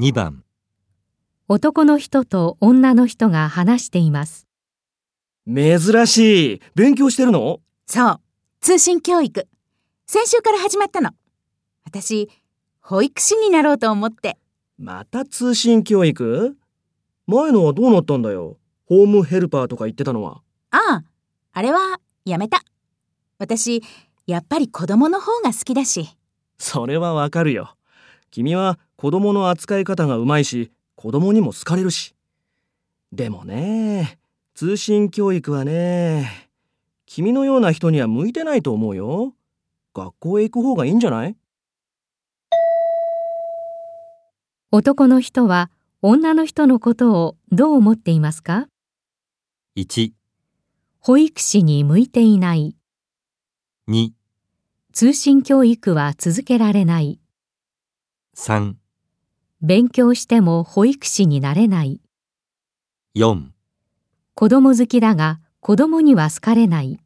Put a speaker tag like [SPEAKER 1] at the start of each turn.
[SPEAKER 1] 2番
[SPEAKER 2] 男の人と女の人が話しています。
[SPEAKER 3] 珍しい。勉強してるの
[SPEAKER 4] そう、通信教育。先週から始まったの。私、保育士になろうと思って。
[SPEAKER 3] また通信教育前のはどうなったんだよ。ホームヘルパーとか言ってたのは。
[SPEAKER 4] ああ、あれはやめた。私、やっぱり子供の方が好きだし。
[SPEAKER 3] それはわかるよ。君は子供の扱い方がうまいし、子供にも好かれるし。でもね、通信教育はね、君のような人には向いてないと思うよ。学校へ行く方がいいんじゃない
[SPEAKER 2] 男の人は女の人のことをどう思っていますか
[SPEAKER 1] 1、
[SPEAKER 2] 保育士に向いていない。
[SPEAKER 1] 2、
[SPEAKER 2] 通信教育は続けられない。
[SPEAKER 1] 3、
[SPEAKER 2] 勉強しても保育士になれない。
[SPEAKER 1] 4
[SPEAKER 2] 子供好きだが子供には好かれない。